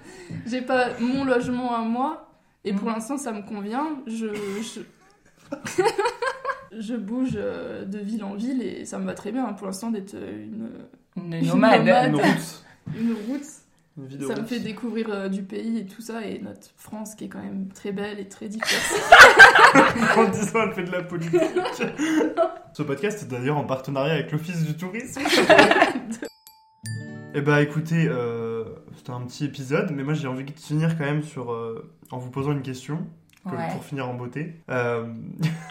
[SPEAKER 3] j'ai pas mon logement à moi. Et pour
[SPEAKER 1] Mhm.
[SPEAKER 3] l'instant, ça me convient. Je... je... je bouge euh, de ville en ville et ça me va très bien hein, pour l'instant d'être euh, une,
[SPEAKER 1] Une
[SPEAKER 3] Une
[SPEAKER 1] nomade.
[SPEAKER 3] nomade.
[SPEAKER 2] Une route.
[SPEAKER 3] une route
[SPEAKER 2] Une vie de
[SPEAKER 3] Ça me
[SPEAKER 2] route.
[SPEAKER 3] fait découvrir euh, du pays et tout ça, et notre France qui est quand même très belle et très diverse.
[SPEAKER 2] En 10 ans, elle fait de la politique. Ce podcast est d'ailleurs en partenariat avec l'Office du tourisme. Eh bah écoutez, euh, c'était un petit épisode, mais moi j'ai envie de finir quand même sur, euh, en vous posant une question, que-
[SPEAKER 1] Ouais.
[SPEAKER 2] pour finir en beauté. Euh,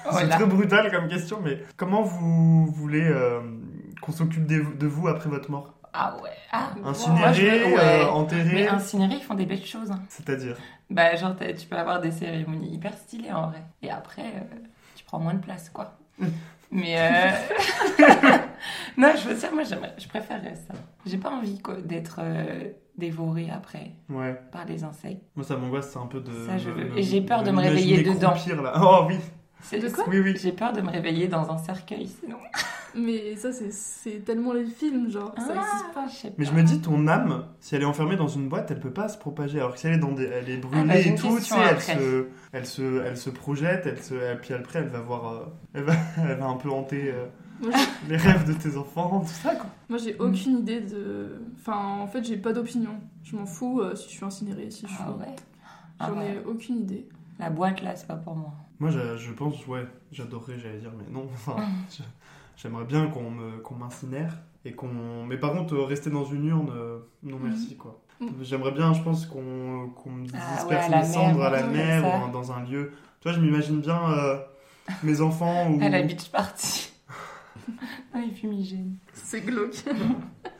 [SPEAKER 1] Oh
[SPEAKER 2] C'est
[SPEAKER 1] là.
[SPEAKER 2] très brutal comme question, mais comment vous voulez euh, qu'on s'occupe des- de vous après votre mort
[SPEAKER 1] Ah ouais. Ah, moi, je
[SPEAKER 2] Incinéré,
[SPEAKER 1] veux- ouais.
[SPEAKER 2] euh, enterré,
[SPEAKER 1] Mais incinérés, ils font des belles choses. hein.
[SPEAKER 2] c'est-à-dire
[SPEAKER 1] Bah, genre, t'as- tu peux avoir des cérémonies hyper stylées en vrai. Et après, euh, tu prends moins de place, quoi.
[SPEAKER 3] Mm.
[SPEAKER 1] Mais. euh, non, je veux dire, moi, j'aimerais- je préférerais ça. J'ai pas envie, quoi, d'être euh, dévorée après
[SPEAKER 2] Ouais.
[SPEAKER 1] par les insectes.
[SPEAKER 2] Moi, ça m'angoisse, c'est un peu de.
[SPEAKER 1] Ça, je
[SPEAKER 2] me-
[SPEAKER 1] veux.
[SPEAKER 2] me-
[SPEAKER 1] Et j'ai peur de me
[SPEAKER 2] m'imaginer
[SPEAKER 1] réveiller dedans.
[SPEAKER 2] croupir, là. Oh oui,
[SPEAKER 1] C'est
[SPEAKER 3] De quoi
[SPEAKER 2] oui, oui.
[SPEAKER 1] J'ai peur de me réveiller dans un cercueil, sinon.
[SPEAKER 3] Mais ça, c'est- c'est tellement les films, genre, ça
[SPEAKER 1] Ah.
[SPEAKER 3] existe pas.
[SPEAKER 1] je sais pas.
[SPEAKER 2] Mais je me dis, ton âme, si elle est enfermée dans une boîte, elle peut pas se propager. Alors que si elle est, dans des... elle est brûlée
[SPEAKER 1] Ah, bah, j'ai
[SPEAKER 2] et
[SPEAKER 1] une
[SPEAKER 2] tout, tu sais,
[SPEAKER 1] question
[SPEAKER 2] elle
[SPEAKER 1] après.
[SPEAKER 2] se... Elle, se... elle se projette, elle se... et puis après, elle va voir. euh, Elle, va... elle va un peu hanter euh,
[SPEAKER 3] Moi, j'ai-
[SPEAKER 2] les rêves de tes enfants, tout ça, quoi.
[SPEAKER 3] Moi, j'ai aucune idée de. Enfin, en fait, j'ai pas d'opinion. Je m'en fous euh, si je suis incinérée, si je suis.
[SPEAKER 1] Ah ouais. Ah
[SPEAKER 3] J'en
[SPEAKER 1] ouais.
[SPEAKER 3] ai aucune idée.
[SPEAKER 1] La boîte là, c'est pas pour moi.
[SPEAKER 2] Moi, je, je pense, ouais, j'adorerais, j'allais dire, mais non. Enfin, je- J'aimerais bien qu'on me- qu'on m'incinère et qu'on. Mais par contre, euh, rester dans une urne, euh, non merci, quoi.
[SPEAKER 3] Mhm.
[SPEAKER 2] J'aimerais bien, je pense, qu'on qu'on me
[SPEAKER 1] Mm. Ah
[SPEAKER 2] disperse
[SPEAKER 1] ouais, à la
[SPEAKER 2] mes cendres à la
[SPEAKER 1] mer, ouais,
[SPEAKER 2] mer
[SPEAKER 1] ça.
[SPEAKER 2] ou un- dans un lieu. Tu vois, je m'imagine bien euh, mes enfants ou.
[SPEAKER 1] À la beach party. ah, les fumigènes.
[SPEAKER 3] C'est glauque.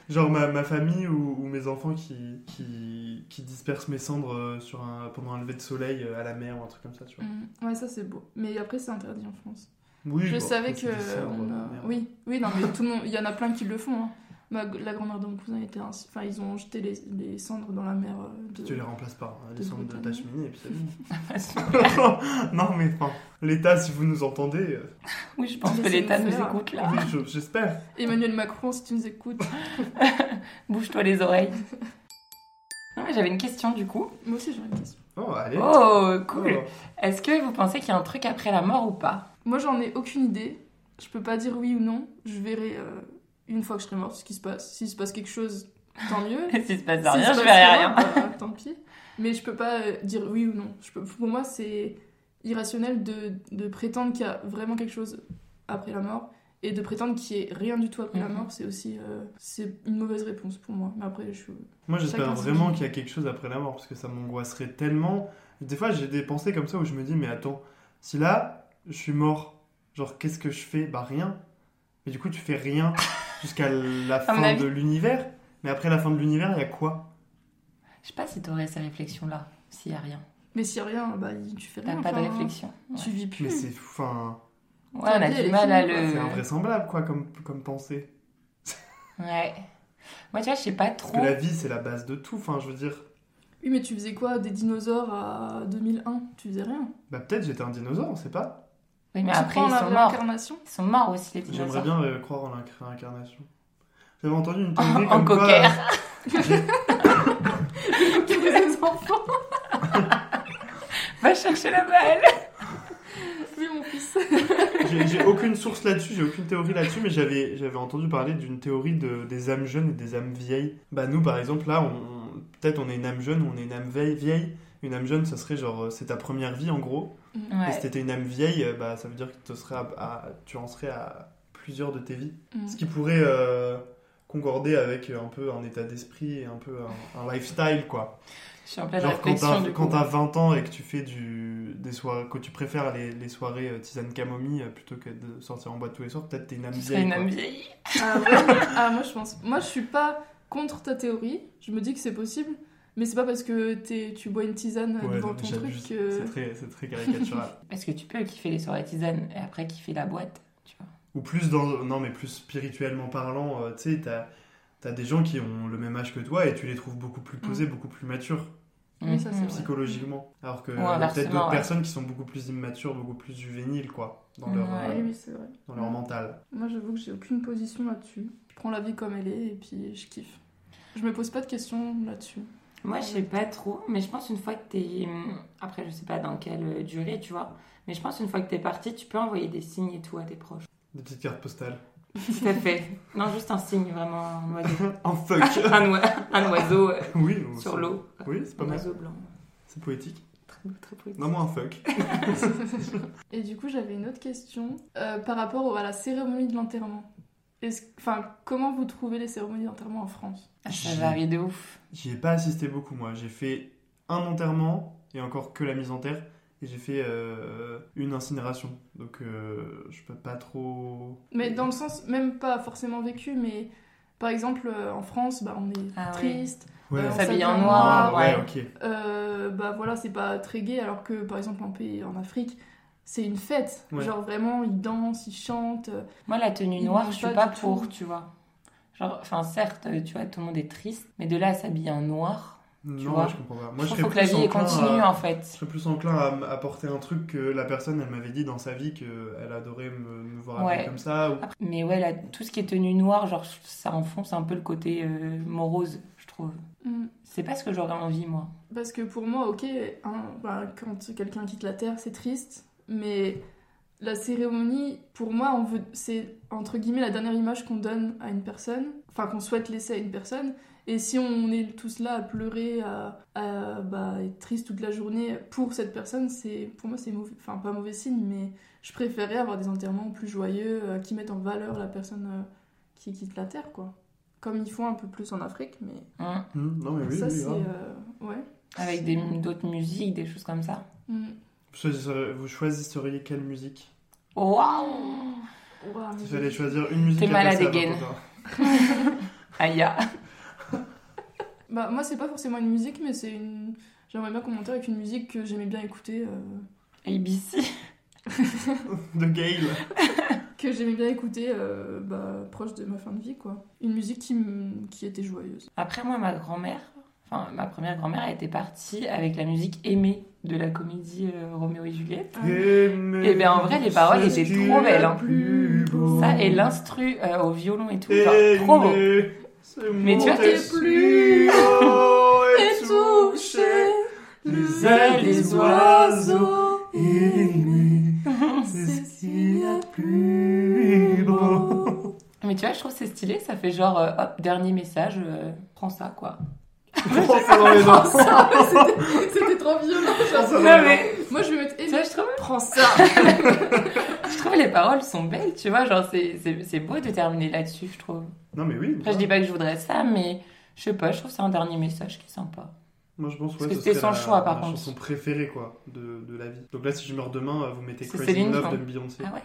[SPEAKER 2] Genre ma, ma famille ou, ou mes enfants qui, qui, qui dispersent mes cendres euh, sur un, pendant un lever de soleil euh, à la mer ou un truc comme ça, tu vois.
[SPEAKER 3] Mm. Ouais, ça, c'est beau. Mais après, c'est interdit en France.
[SPEAKER 2] Oui,
[SPEAKER 3] Je
[SPEAKER 2] bon,
[SPEAKER 3] savais
[SPEAKER 2] c'est
[SPEAKER 3] que.
[SPEAKER 2] des cendres, euh,
[SPEAKER 3] on
[SPEAKER 1] euh,
[SPEAKER 3] a-
[SPEAKER 2] merde.
[SPEAKER 3] Oui, oui, non, mais tout le monde. Il y en a plein qui le font. hein. Ma... La grand-mère de mon cousin était. ainsi- Enfin, ils ont jeté les, les cendres dans la mer. euh, De...
[SPEAKER 2] Tu les remplaces par hein, les
[SPEAKER 3] de
[SPEAKER 2] cendres de ta
[SPEAKER 3] Bretagne.
[SPEAKER 2] cheminée et puis c'est
[SPEAKER 1] façon.
[SPEAKER 2] non mais enfin, l'État si vous nous entendez, euh,
[SPEAKER 1] Oui, je pense que
[SPEAKER 3] Laissez-nous
[SPEAKER 1] l'État nous
[SPEAKER 3] faire.
[SPEAKER 1] écoute là.
[SPEAKER 2] je- j'espère.
[SPEAKER 3] Emmanuel Macron, si tu nous écoutes.
[SPEAKER 1] Bouge-toi les oreilles. Non, mais J'avais une question du coup.
[SPEAKER 3] Moi aussi, j'aurais une question.
[SPEAKER 2] Oh, allez.
[SPEAKER 1] Oh, cool.
[SPEAKER 2] Oh.
[SPEAKER 1] Est-ce que vous pensez qu'il y a un truc après la mort ou pas
[SPEAKER 3] Moi, j'en ai aucune idée. Je peux pas dire oui ou non. Je verrai euh, une fois que je serai morte ce qui se passe. S'il se passe quelque chose, tant mieux.
[SPEAKER 1] S'il se passe
[SPEAKER 3] S'il
[SPEAKER 1] rien,
[SPEAKER 3] se
[SPEAKER 1] je
[SPEAKER 3] passe
[SPEAKER 1] verrai rien.
[SPEAKER 3] bah, tant pis. Mais je peux pas euh, dire oui ou non. Je peux, pour moi, c'est irrationnel de, de prétendre qu'il y a vraiment quelque chose après la mort et de prétendre qu'il y ait rien du tout après la
[SPEAKER 1] Mhm.
[SPEAKER 3] mort. C'est aussi euh, c'est une mauvaise réponse pour moi. Mais après, je suis.
[SPEAKER 2] Moi, j'espère
[SPEAKER 3] Chacun son
[SPEAKER 2] vraiment
[SPEAKER 3] kiff.
[SPEAKER 2] qu'il y a quelque chose après la mort, parce que ça m'angoisserait tellement. Des fois, j'ai des pensées comme ça où je me dis, mais attends, si là, je suis mort, genre, qu'est-ce que je fais Bah, rien. Mais du coup, tu fais rien jusqu'à la
[SPEAKER 1] mon
[SPEAKER 2] fin
[SPEAKER 1] avis-
[SPEAKER 2] de l'univers. Mais après la fin de l'univers, il y a quoi
[SPEAKER 1] Je sais pas si t'aurais ces réflexions-là, s'il y a rien.
[SPEAKER 3] Mais s'il y a rien, bah, y- tu fais
[SPEAKER 1] T'as
[SPEAKER 3] rien.
[SPEAKER 1] pas de
[SPEAKER 3] enfin,
[SPEAKER 1] réflexion. Ouais,
[SPEAKER 3] Tu vis
[SPEAKER 2] Mais
[SPEAKER 3] plus.
[SPEAKER 2] c'est enfin,
[SPEAKER 1] Ouais, on a
[SPEAKER 3] vie, elle
[SPEAKER 1] du
[SPEAKER 3] est
[SPEAKER 1] mal à
[SPEAKER 3] finie, quoi.
[SPEAKER 1] le.
[SPEAKER 2] c'est invraisemblable, quoi, comme, comme pensée.
[SPEAKER 1] Ouais. Moi, tu vois, je sais pas
[SPEAKER 2] Parce
[SPEAKER 1] trop.
[SPEAKER 2] que la vie, c'est la base de tout. Enfin, je veux dire,
[SPEAKER 3] Oui, mais tu faisais quoi des dinosaures à 2001 Tu faisais rien.
[SPEAKER 2] bah, peut-être j'étais un dinosaure, on sait pas.
[SPEAKER 1] Oui, mais
[SPEAKER 3] Tu
[SPEAKER 1] après,
[SPEAKER 3] crois en
[SPEAKER 1] ils
[SPEAKER 3] la
[SPEAKER 1] sont morts.
[SPEAKER 3] réincarnation
[SPEAKER 1] Ils sont morts aussi, les dinosaures.
[SPEAKER 2] J'aimerais bien euh, croire en la réincarnation. J'avais entendu une
[SPEAKER 1] En-
[SPEAKER 2] théorie
[SPEAKER 1] en
[SPEAKER 2] comme quoi,
[SPEAKER 1] coquère.
[SPEAKER 3] des enfants.
[SPEAKER 1] Va chercher la balle.
[SPEAKER 3] Oui, mon fils.
[SPEAKER 2] euh, J'ai j'ai aucune source là-dessus, j'ai aucune théorie là-dessus, mais j'avais j'avais entendu parler d'une théorie de, des âmes jeunes et des âmes vieilles. Bah nous, par exemple, là, on, on- peut-être on est une âme jeune ou on est une âme vieille. vieille. Une âme jeune, ça serait genre, euh, c'est ta première vie en gros. Et si
[SPEAKER 1] Ouais.
[SPEAKER 2] t'étais une âme vieille, euh, bah ça veut dire que te serais à- à- tu en serais à plusieurs de tes vies.
[SPEAKER 1] Hmm.
[SPEAKER 2] Ce qui pourrait euh, concorder avec euh, un peu un état d'esprit et un peu un, un lifestyle, quoi.
[SPEAKER 1] Je suis en pleine
[SPEAKER 2] Genre quand
[SPEAKER 1] réflexion,
[SPEAKER 2] t'as
[SPEAKER 1] Ah, du
[SPEAKER 2] quand
[SPEAKER 1] coup.
[SPEAKER 2] t'as 20 ans et que tu fais du, des soirées, que tu préfères les, les soirées euh, tisane camomille euh, plutôt que de sortir en boîte tous les soirs, peut-être t'es une âme
[SPEAKER 1] Tu serais
[SPEAKER 2] vieille.
[SPEAKER 1] une
[SPEAKER 2] quoi.
[SPEAKER 1] âme vieille.
[SPEAKER 3] Ah, ouais. Ah, moi je pense. Moi je suis pas contre ta théorie. Je me dis que c'est possible. Mais c'est pas parce que t'es- tu bois une tisane
[SPEAKER 1] euh,
[SPEAKER 2] Ouais,
[SPEAKER 3] devant
[SPEAKER 2] non, mais
[SPEAKER 3] ton truc
[SPEAKER 2] j'abuse.
[SPEAKER 3] que.
[SPEAKER 2] C'est très, c'est très caricatural.
[SPEAKER 1] Parce que tu peux kiffer les soirées tisane et après kiffer la boîte, tu vois.
[SPEAKER 2] Ou plus dans, non mais plus spirituellement parlant, euh, tu sais, t'as as des gens qui ont le même âge que toi et tu les trouves beaucoup plus posés,
[SPEAKER 1] Mm.
[SPEAKER 2] beaucoup plus matures.
[SPEAKER 3] Oui, ça,
[SPEAKER 1] Mhm.
[SPEAKER 3] c'est
[SPEAKER 2] Mm.
[SPEAKER 3] vrai.
[SPEAKER 2] psychologiquement. Alors que
[SPEAKER 1] Ou
[SPEAKER 2] il y a peut-être
[SPEAKER 1] inversement,
[SPEAKER 2] d'autres
[SPEAKER 1] ouais.
[SPEAKER 2] personnes qui sont beaucoup plus immatures, beaucoup plus juvéniles, quoi, dans leur,
[SPEAKER 1] Ouais.
[SPEAKER 2] euh,
[SPEAKER 3] Ah Oui, oui, c'est vrai.
[SPEAKER 2] dans leur mental.
[SPEAKER 3] Moi j'avoue que j'ai aucune position là-dessus. Je prends la vie comme elle est et puis je kiffe. Je me pose pas de questions là-dessus.
[SPEAKER 1] Moi, je sais pas trop, mais je pense une fois que t'es. hum, Après, je sais pas dans quelle euh, durée, tu vois. Mais je pense une fois que t'es parti, tu peux envoyer des signes et tout à tes proches.
[SPEAKER 2] Des petites cartes postales.
[SPEAKER 1] Tout à fait. Non, juste un signe, vraiment un oiseau.
[SPEAKER 2] Un Oh, fuck
[SPEAKER 1] un, oi- un oiseau euh,
[SPEAKER 2] Oui, ou
[SPEAKER 1] sur
[SPEAKER 2] ça-
[SPEAKER 1] l'eau.
[SPEAKER 2] Oui, c'est pas
[SPEAKER 1] Un
[SPEAKER 2] mal.
[SPEAKER 1] oiseau blanc.
[SPEAKER 2] C'est poétique.
[SPEAKER 1] Très beau, très poétique.
[SPEAKER 2] Non, moi, un fuck.
[SPEAKER 3] Et du coup, j'avais une autre question euh, par rapport au- à la cérémonie de l'enterrement. Est-ce- Enfin, comment vous trouvez les cérémonies d'enterrement en France
[SPEAKER 1] Ah, Ça varie de ouf.
[SPEAKER 2] J'y ai pas assisté beaucoup, moi. J'ai fait un enterrement et encore que la mise en terre. Et j'ai fait euh, une incinération. Donc, euh, je peux pas trop.
[SPEAKER 3] Mais dans le sens, même pas forcément vécu, mais par exemple, euh, en France, bah, on est
[SPEAKER 1] Ah ouais.
[SPEAKER 3] triste,
[SPEAKER 2] Ouais, Ah,
[SPEAKER 1] On
[SPEAKER 3] Euh, on
[SPEAKER 1] s'habille
[SPEAKER 3] s'habille
[SPEAKER 1] en
[SPEAKER 3] en
[SPEAKER 1] noir,
[SPEAKER 2] ouais,
[SPEAKER 1] ouais.
[SPEAKER 2] ok.
[SPEAKER 3] euh, bah voilà, c'est pas très gai, alors que par exemple, en pays, en Afrique, c'est une fête.
[SPEAKER 2] Ouais.
[SPEAKER 3] Genre vraiment, ils dansent, ils chantent.
[SPEAKER 1] Moi, la tenue
[SPEAKER 3] Ils
[SPEAKER 1] noire,
[SPEAKER 3] vont
[SPEAKER 1] je suis
[SPEAKER 3] pas
[SPEAKER 1] pas
[SPEAKER 3] du
[SPEAKER 1] pour,
[SPEAKER 3] tout.
[SPEAKER 1] tu vois. Genre, enfin, certes, euh, tu vois, tout le monde est triste, mais de là à s'habiller en noir,
[SPEAKER 2] Non,
[SPEAKER 1] vois.
[SPEAKER 2] je comprends pas.
[SPEAKER 1] je
[SPEAKER 2] Moi,
[SPEAKER 1] trouve
[SPEAKER 2] je, serais
[SPEAKER 1] faut que la
[SPEAKER 2] plus euh,
[SPEAKER 1] vie
[SPEAKER 2] enclin à-
[SPEAKER 1] continue, hein. en fait.
[SPEAKER 2] Je serais plus enclin à m- à porter un truc que la personne, elle m'avait dit dans sa vie qu'elle adorait me, me voir habillée
[SPEAKER 1] Ouais. Ah.
[SPEAKER 2] comme ça. ou-
[SPEAKER 1] Après- Mais ouais, là, tout ce qui est tenue noire, genre, ça enfonce un peu le côté euh, morose, je trouve.
[SPEAKER 3] Hmm.
[SPEAKER 1] C'est pas ce que j'aurais envie, moi.
[SPEAKER 3] Parce que pour moi, ok, hein, bah, quand quelqu'un quitte la Terre, c'est triste, mais la cérémonie, pour moi, on veut, c'est entre guillemets la dernière image qu'on donne à une personne, enfin qu'on souhaite laisser à une personne. Et si on est tous là à pleurer, à, à, bah, être triste toute la journée pour cette personne, c'est pour moi c'est mauvais, enfin pas mauvais signe, mais je préférerais avoir des enterrements plus joyeux euh, qui mettent en valeur la personne euh, qui quitte la terre, quoi. Comme ils font un peu plus en Afrique, mais
[SPEAKER 1] Hein,
[SPEAKER 2] Hmm, non, mais oui,
[SPEAKER 3] ça
[SPEAKER 2] oui, ah.
[SPEAKER 3] c'est
[SPEAKER 2] grave.
[SPEAKER 3] euh, ouais.
[SPEAKER 1] avec des- d'autres musiques, des choses comme ça.
[SPEAKER 3] Mm.
[SPEAKER 2] Vous choisisseriez- Vous choisisseriez quelle musique
[SPEAKER 1] Waouh
[SPEAKER 3] Ouah, mais
[SPEAKER 2] Si
[SPEAKER 3] j'ai-
[SPEAKER 2] fallait choisir une musique
[SPEAKER 1] Ah, T'es
[SPEAKER 2] à hein,
[SPEAKER 1] malade,
[SPEAKER 2] passer à
[SPEAKER 1] Egen.
[SPEAKER 2] Vapotin.
[SPEAKER 1] Aya
[SPEAKER 3] Bah, moi, c'est pas forcément une musique, mais c'est une. J'aimerais bien commenter avec une musique que j'aimais bien écouter. euh,
[SPEAKER 1] ABC
[SPEAKER 2] de Gail.
[SPEAKER 3] Que j'aimais bien écouter euh, bah, proche de ma fin de vie, quoi. Une musique qui, m- qui était joyeuse.
[SPEAKER 1] Après, moi, ma grand-mère, enfin, ma première grand-mère, elle était partie avec la musique aimée de la comédie euh, Roméo et Juliette.
[SPEAKER 2] Et
[SPEAKER 1] ben, en vrai, les paroles étaient trop belles, hein. Ça, et
[SPEAKER 2] là
[SPEAKER 1] l'instru euh, au violon et tout,
[SPEAKER 2] Eh
[SPEAKER 1] genre, trop beau.
[SPEAKER 2] Mais
[SPEAKER 1] Mais tu vois, t'es-
[SPEAKER 2] plus haut
[SPEAKER 3] Et touché
[SPEAKER 2] Les ailes des oiseaux aimés, c'est ce qu'il y a de
[SPEAKER 3] Oh.
[SPEAKER 2] plus beau.
[SPEAKER 1] Mais tu vois, je trouve que c'est stylé, ça fait genre, euh, hop, dernier message, euh, prends ça, quoi.
[SPEAKER 2] Prends ça dans les dents.
[SPEAKER 3] Ça, c'était- C'était trop violent.
[SPEAKER 2] Prends ça
[SPEAKER 3] genre.
[SPEAKER 2] dans
[SPEAKER 1] Non,
[SPEAKER 2] les dents.
[SPEAKER 1] mais
[SPEAKER 3] Moi, je vais mettre
[SPEAKER 1] tu vois,
[SPEAKER 3] Elliot.
[SPEAKER 1] je trouve,
[SPEAKER 3] Prends ça.
[SPEAKER 1] je trouve les paroles sont belles, tu vois, genre, c'est- c'est c'est beau de terminer là-dessus, je trouve.
[SPEAKER 2] Non, mais oui.
[SPEAKER 1] Après, je dis pas que je voudrais ça, mais je sais pas, je trouve que c'est un dernier message qui est sympa.
[SPEAKER 2] Moi, je pense ouais,
[SPEAKER 1] Parce que
[SPEAKER 2] ce
[SPEAKER 1] c'était
[SPEAKER 2] serait
[SPEAKER 1] sans
[SPEAKER 2] la-
[SPEAKER 1] choix, par
[SPEAKER 2] la
[SPEAKER 1] contre.
[SPEAKER 2] chanson préférée, quoi, de, de la vie. Donc là, si je meurs demain, euh, vous mettez
[SPEAKER 1] C'est
[SPEAKER 2] Crazy
[SPEAKER 1] Céline,
[SPEAKER 2] in Love
[SPEAKER 1] quoi.
[SPEAKER 2] de Beyoncé.
[SPEAKER 1] Ah ouais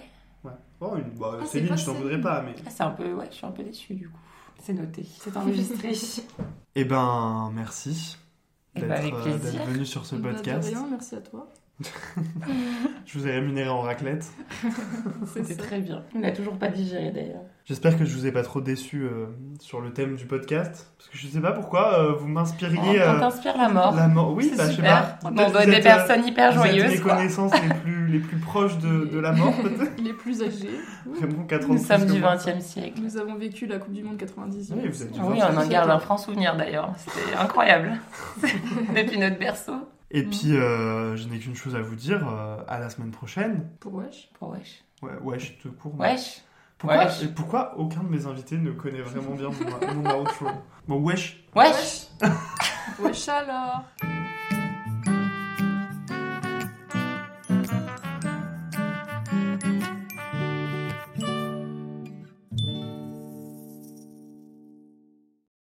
[SPEAKER 2] Ouais. Oh, une... bah,
[SPEAKER 3] Ah, c'est
[SPEAKER 2] Céline,
[SPEAKER 3] pas
[SPEAKER 2] je t'en voudrais
[SPEAKER 3] Céline.
[SPEAKER 2] pas, mais...
[SPEAKER 1] Ah, c'est un peu, ouais, je suis un peu déçue du coup. C'est noté, c'est
[SPEAKER 3] Bah,
[SPEAKER 1] enregistré.
[SPEAKER 2] Eh ben, merci
[SPEAKER 1] Eh ben, avec
[SPEAKER 2] euh,
[SPEAKER 1] plaisir.
[SPEAKER 2] d'être venu sur ce
[SPEAKER 3] Bah, de
[SPEAKER 2] podcast.
[SPEAKER 3] rien, merci à toi.
[SPEAKER 2] Je vous ai rémunéré en raclette.
[SPEAKER 1] C'était très bien. On n'a toujours pas digéré d'ailleurs.
[SPEAKER 2] J'espère que je vous ai pas trop déçu euh, sur le thème du podcast. Parce que je sais pas pourquoi euh, vous m'inspiriez
[SPEAKER 1] on
[SPEAKER 2] euh,
[SPEAKER 1] t'inspire la mort.
[SPEAKER 2] la mort. Oui,
[SPEAKER 1] c'est
[SPEAKER 2] bah, je sais pas.
[SPEAKER 1] super. On doit
[SPEAKER 2] Peut-être
[SPEAKER 1] des
[SPEAKER 2] vous êtes, euh,
[SPEAKER 1] personnes hyper
[SPEAKER 2] vous êtes les
[SPEAKER 1] joyeuses. quoi.
[SPEAKER 2] connaissances les plus, les plus proches de, de la mort, peut-être.
[SPEAKER 3] Les plus âgés. Ouh.
[SPEAKER 2] Vraiment 4 ans
[SPEAKER 1] Nous
[SPEAKER 2] de plus
[SPEAKER 1] sommes
[SPEAKER 2] que
[SPEAKER 1] du
[SPEAKER 2] moi.
[SPEAKER 1] 20e siècle.
[SPEAKER 3] Nous avons vécu la Coupe du Monde 98.
[SPEAKER 2] Oui, vous êtes euh, du
[SPEAKER 1] Ah Oui, on en garde un franc souvenir d'ailleurs. C'était incroyable. Depuis notre berceau.
[SPEAKER 2] Et
[SPEAKER 3] Mm.
[SPEAKER 2] puis, euh, je n'ai qu'une chose à vous dire, euh, à la semaine prochaine.
[SPEAKER 3] Pour Wesh.
[SPEAKER 1] Pour wesh.
[SPEAKER 2] Ouais, ouais je te cours. mais-
[SPEAKER 1] Wesh.
[SPEAKER 2] pourquoi,
[SPEAKER 1] wesh.
[SPEAKER 2] et pourquoi aucun de mes invités ne connaît vraiment bien mon, mon Naruto Bon, wesh
[SPEAKER 1] Wesh.
[SPEAKER 3] Wesh alors.